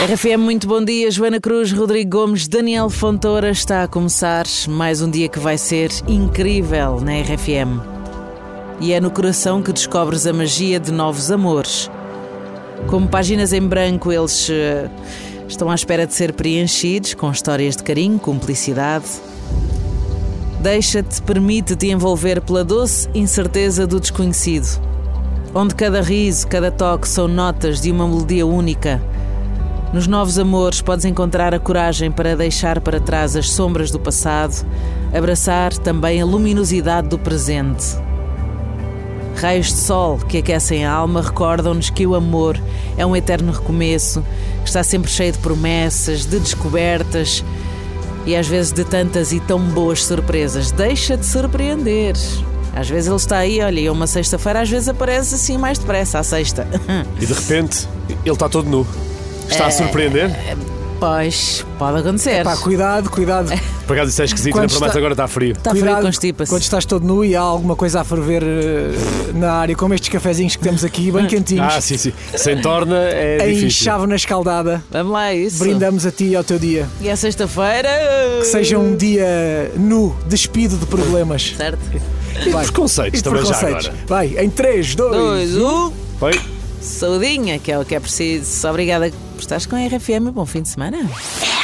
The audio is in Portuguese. RFM, muito bom dia. Joana Cruz, Rodrigo Gomes, Daniel Fontoura. Está a começar mais um dia que vai ser incrível na RFM. E é no coração que descobres a magia de novos amores. Como páginas em branco, eles eh, estão à espera de ser preenchidos com histórias de carinho, cumplicidade. Deixa-te, permite-te envolver pela doce incerteza do desconhecido, onde cada riso, cada toque são notas de uma melodia única. Nos novos amores podes encontrar a coragem para deixar para trás as sombras do passado, abraçar também a luminosidade do presente. Raios de sol que aquecem a alma recordam-nos que o amor é um eterno recomeço, que está sempre cheio de promessas, de descobertas e às vezes de tantas e tão boas surpresas. Deixa de surpreender. Às vezes ele está aí, olha, e é uma sexta-feira, às vezes aparece assim mais depressa, à sexta. E de repente, ele está todo nu. Está a surpreender? Pois, pode acontecer. Pá, cuidado, cuidado. Por acaso isso é esquisito, Quando ainda para mais está- agora está Tá frio. Ah, Está frio, cuidado constipa-se. Quando estás todo nu e há alguma coisa a ferver eh, na área, como estes cafezinhos que temos aqui, bem quentinhos, Ah, sim, sim. Sem torna é em difícil. chave na escaldada, Vamos lá, isso. brindamos a ti e ao teu dia. E a sexta-feira. Que seja um dia nu, despido de problemas. Certo? E de preconceitos E de também preconceitos. já agora. Vai, em 3, 2. Dois, um. Foi? Saudinha, que é o que é preciso. Obrigada por estares com a RFM. Bom fim de semana.